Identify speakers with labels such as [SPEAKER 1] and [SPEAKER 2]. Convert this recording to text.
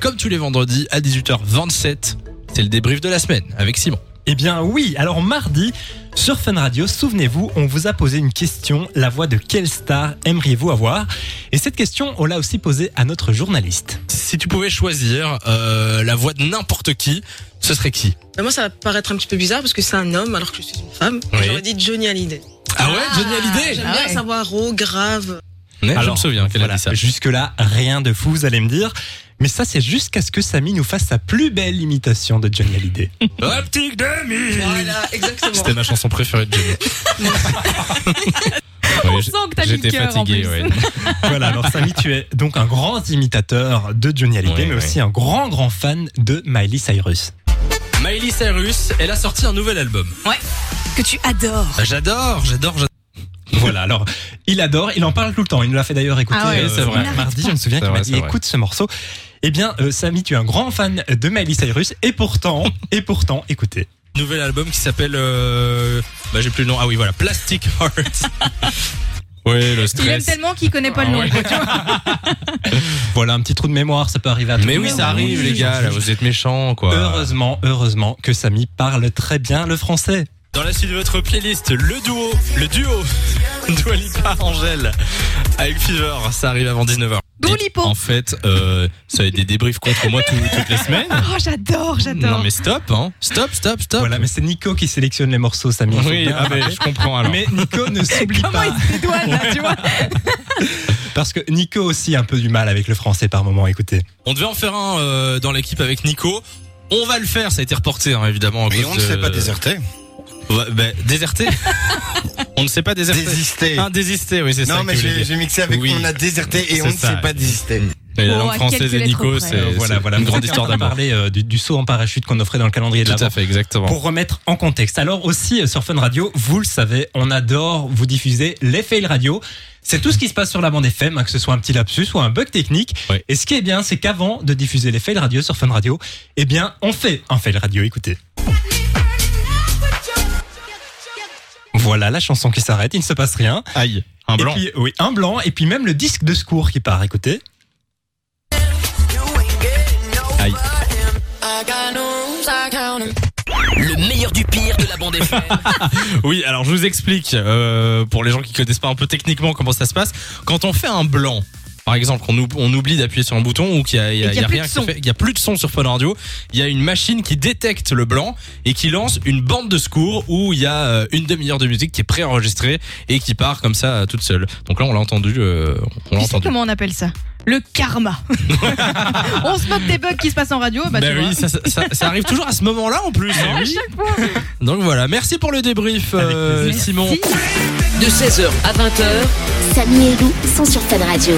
[SPEAKER 1] Comme tous les vendredis à 18h27, c'est le débrief de la semaine avec Simon.
[SPEAKER 2] Eh bien oui, alors mardi, sur Fun Radio, souvenez-vous, on vous a posé une question, la voix de quelle star aimeriez-vous avoir Et cette question, on l'a aussi posée à notre journaliste.
[SPEAKER 1] Si tu pouvais choisir euh, la voix de n'importe qui, ce serait qui
[SPEAKER 3] Bah, moi, ça va paraître un petit peu bizarre parce que c'est un homme alors que je suis une femme.
[SPEAKER 1] Oui.
[SPEAKER 3] J'aurais dit Johnny Hallyday.
[SPEAKER 1] Ah ouais, Johnny
[SPEAKER 3] J'aime
[SPEAKER 1] Hallyday
[SPEAKER 4] Ah
[SPEAKER 3] bien
[SPEAKER 4] ouais.
[SPEAKER 3] sa voix rauque, grave.
[SPEAKER 1] Alors, Je me souviens qu'elle
[SPEAKER 2] voilà,
[SPEAKER 1] a dit ça.
[SPEAKER 2] Jusque-là, rien de fou, vous allez me dire. Mais ça, c'est jusqu'à ce que Samy nous fasse sa plus belle imitation de Johnny Hallyday.
[SPEAKER 1] Optique de mine
[SPEAKER 3] Voilà, exactement.
[SPEAKER 1] C'était ma chanson préférée de Johnny. Ouais, j-
[SPEAKER 4] sens que t'as mis le
[SPEAKER 1] J'étais
[SPEAKER 4] cœur, en
[SPEAKER 1] fatigué,
[SPEAKER 4] plus.
[SPEAKER 1] ouais.
[SPEAKER 2] voilà, alors Samy, tu es donc un grand imitateur de Johnny Hallyday,
[SPEAKER 1] Ouais,
[SPEAKER 2] mais
[SPEAKER 1] ouais.
[SPEAKER 2] aussi un grand, grand fan de Miley Cyrus.
[SPEAKER 1] Miley Cyrus, elle a sorti un nouvel album. Ah,
[SPEAKER 4] que tu adores.
[SPEAKER 1] J'adore, j'adore, j'adore.
[SPEAKER 2] Voilà, alors il adore, il en parle tout le temps. Il nous l'a fait d'ailleurs écouter
[SPEAKER 4] Ah ouais,
[SPEAKER 2] euh,
[SPEAKER 1] c'est vrai.
[SPEAKER 2] mardi, je me souviens
[SPEAKER 1] C'est
[SPEAKER 2] qu'il m'a
[SPEAKER 1] vrai,
[SPEAKER 2] dit
[SPEAKER 1] c'est vrai.
[SPEAKER 2] écoute ce morceau. Eh bien, euh, Samy, tu es un grand fan de Miley Cyrus et pourtant, et pourtant, écoutez.
[SPEAKER 1] Nouvel album qui s'appelle. euh, Bah, j'ai plus le nom. Ah oui, voilà, Plastic Heart. oui, le
[SPEAKER 4] Il aime
[SPEAKER 1] stress.
[SPEAKER 4] tellement qu'il connaît pas le
[SPEAKER 1] Ah
[SPEAKER 4] nom.
[SPEAKER 1] ouais.
[SPEAKER 2] Voilà, un petit trou de mémoire, ça peut arriver à tout
[SPEAKER 1] Mais
[SPEAKER 2] le
[SPEAKER 1] oui,
[SPEAKER 2] monde.
[SPEAKER 1] ça arrive, les gars, là, vous êtes méchants, quoi.
[SPEAKER 2] Heureusement, heureusement que Samy parle très bien le français.
[SPEAKER 1] Dans la suite de votre playlist, le duo, le duo, Dua Lipa, Angèle, avec Fever, ça arrive avant 19h.
[SPEAKER 4] Dua Lipa.
[SPEAKER 1] En fait, euh, ça a été des débriefs contre moi tout- toutes les semaines.
[SPEAKER 4] Oh, j'adore,
[SPEAKER 1] Non
[SPEAKER 4] j'adore.
[SPEAKER 1] mais stop, hein. Stop, stop, stop.
[SPEAKER 2] Voilà, mais c'est Nico qui sélectionne les morceaux, Samy. faut
[SPEAKER 1] oui,
[SPEAKER 2] bien
[SPEAKER 1] ah, mais
[SPEAKER 2] rappeler.
[SPEAKER 1] je comprends alors.
[SPEAKER 2] mais Nico ne s'oublie
[SPEAKER 4] Comment
[SPEAKER 2] pas.
[SPEAKER 4] il se dédouane, là, tu vois
[SPEAKER 2] Parce que Nico aussi a un peu du mal avec le français par moment, écoutez.
[SPEAKER 1] On devait en faire un euh, dans l'équipe avec Nico. On va le faire, ça a été reporté hein, évidemment. à
[SPEAKER 5] Mais
[SPEAKER 1] cause
[SPEAKER 5] on
[SPEAKER 1] de-
[SPEAKER 5] ne s'est pas déserté.
[SPEAKER 1] Ouais, bah, déserté. on ne sait pas déserté.
[SPEAKER 5] Désisté.
[SPEAKER 1] Ah, désisté, oui, c'est ça.
[SPEAKER 5] Non,
[SPEAKER 1] que
[SPEAKER 5] mais
[SPEAKER 1] je voulais
[SPEAKER 5] j'ai
[SPEAKER 1] dire.
[SPEAKER 5] j'ai mixé avec
[SPEAKER 1] Oui.
[SPEAKER 5] on a déserté et on
[SPEAKER 1] C'est
[SPEAKER 5] ne
[SPEAKER 1] ça.
[SPEAKER 5] s'est pas désisté.
[SPEAKER 1] Et la
[SPEAKER 4] Bon,
[SPEAKER 1] langue
[SPEAKER 4] à
[SPEAKER 1] française
[SPEAKER 4] euh, quelques
[SPEAKER 1] et Nico,
[SPEAKER 4] lettres
[SPEAKER 1] c'est
[SPEAKER 4] près.
[SPEAKER 2] Euh,
[SPEAKER 1] c'est
[SPEAKER 2] voilà, voilà.
[SPEAKER 1] une
[SPEAKER 2] Vous
[SPEAKER 1] grande
[SPEAKER 2] étiez en
[SPEAKER 1] histoire
[SPEAKER 2] train de
[SPEAKER 1] d'amour.
[SPEAKER 2] parler euh, du, du saut en parachute qu'on offrait dans le calendrier de
[SPEAKER 1] Tout
[SPEAKER 2] l'avant.
[SPEAKER 1] à fait, exactement.
[SPEAKER 2] Pour remettre en contexte, alors aussi euh, sur Fun Radio, vous le savez, on adore vous diffuser les fails radio. C'est tout ce qui se passe sur la bande FM, hein, que ce soit un petit lapsus ou un bug technique.
[SPEAKER 1] Ouais.
[SPEAKER 2] Et ce qui est bien, c'est qu'avant de diffuser les fails radio sur Fun Radio, eh bien, on fait un fail radio. Écoutez. Voilà la chanson qui s'arrête, il ne se passe rien.
[SPEAKER 1] Aïe, un blanc.
[SPEAKER 2] Et puis, euh, oui, un blanc, et puis même le disque de secours qui part. Écoutez.
[SPEAKER 1] Aïe.
[SPEAKER 6] Le meilleur du pire de la bande FM.
[SPEAKER 1] Oui, alors je vous explique euh, pour les gens qui connaissent pas un peu techniquement comment ça se passe. Quand on fait un blanc, par exemple, qu'on ou- on oublie d'appuyer sur un bouton ou qu'il y a, il y a-
[SPEAKER 4] Et qu'il
[SPEAKER 1] il
[SPEAKER 4] y a
[SPEAKER 1] y a
[SPEAKER 4] plus
[SPEAKER 1] rien
[SPEAKER 4] de
[SPEAKER 1] qui
[SPEAKER 4] son.
[SPEAKER 1] fait, il y a plus de son sur Fun Radio, il y a une machine qui détecte le blanc et qui lance une bande de secours où il y a euh, une demi-heure de musique qui est préenregistrée et qui part comme ça euh, toute seule. Donc là, on l'a entendu. euh, on l'a
[SPEAKER 4] Tu sais
[SPEAKER 1] entendu.
[SPEAKER 4] comment on appelle ça Le karma. on se moque des bugs qui se passent en radio. Bah,
[SPEAKER 1] Ben
[SPEAKER 4] tu
[SPEAKER 1] oui,
[SPEAKER 4] vois.
[SPEAKER 1] ça, ça- ça- ça arrive toujours à ce moment-là en plus. hein.
[SPEAKER 4] Chaque fois.
[SPEAKER 1] Donc voilà, merci pour le débrief,
[SPEAKER 2] Avec
[SPEAKER 1] euh,
[SPEAKER 2] plaisir.
[SPEAKER 1] Simon.
[SPEAKER 4] Si.
[SPEAKER 6] De 16h à 20h,
[SPEAKER 7] Samy et Lou sont sur Fan Radio.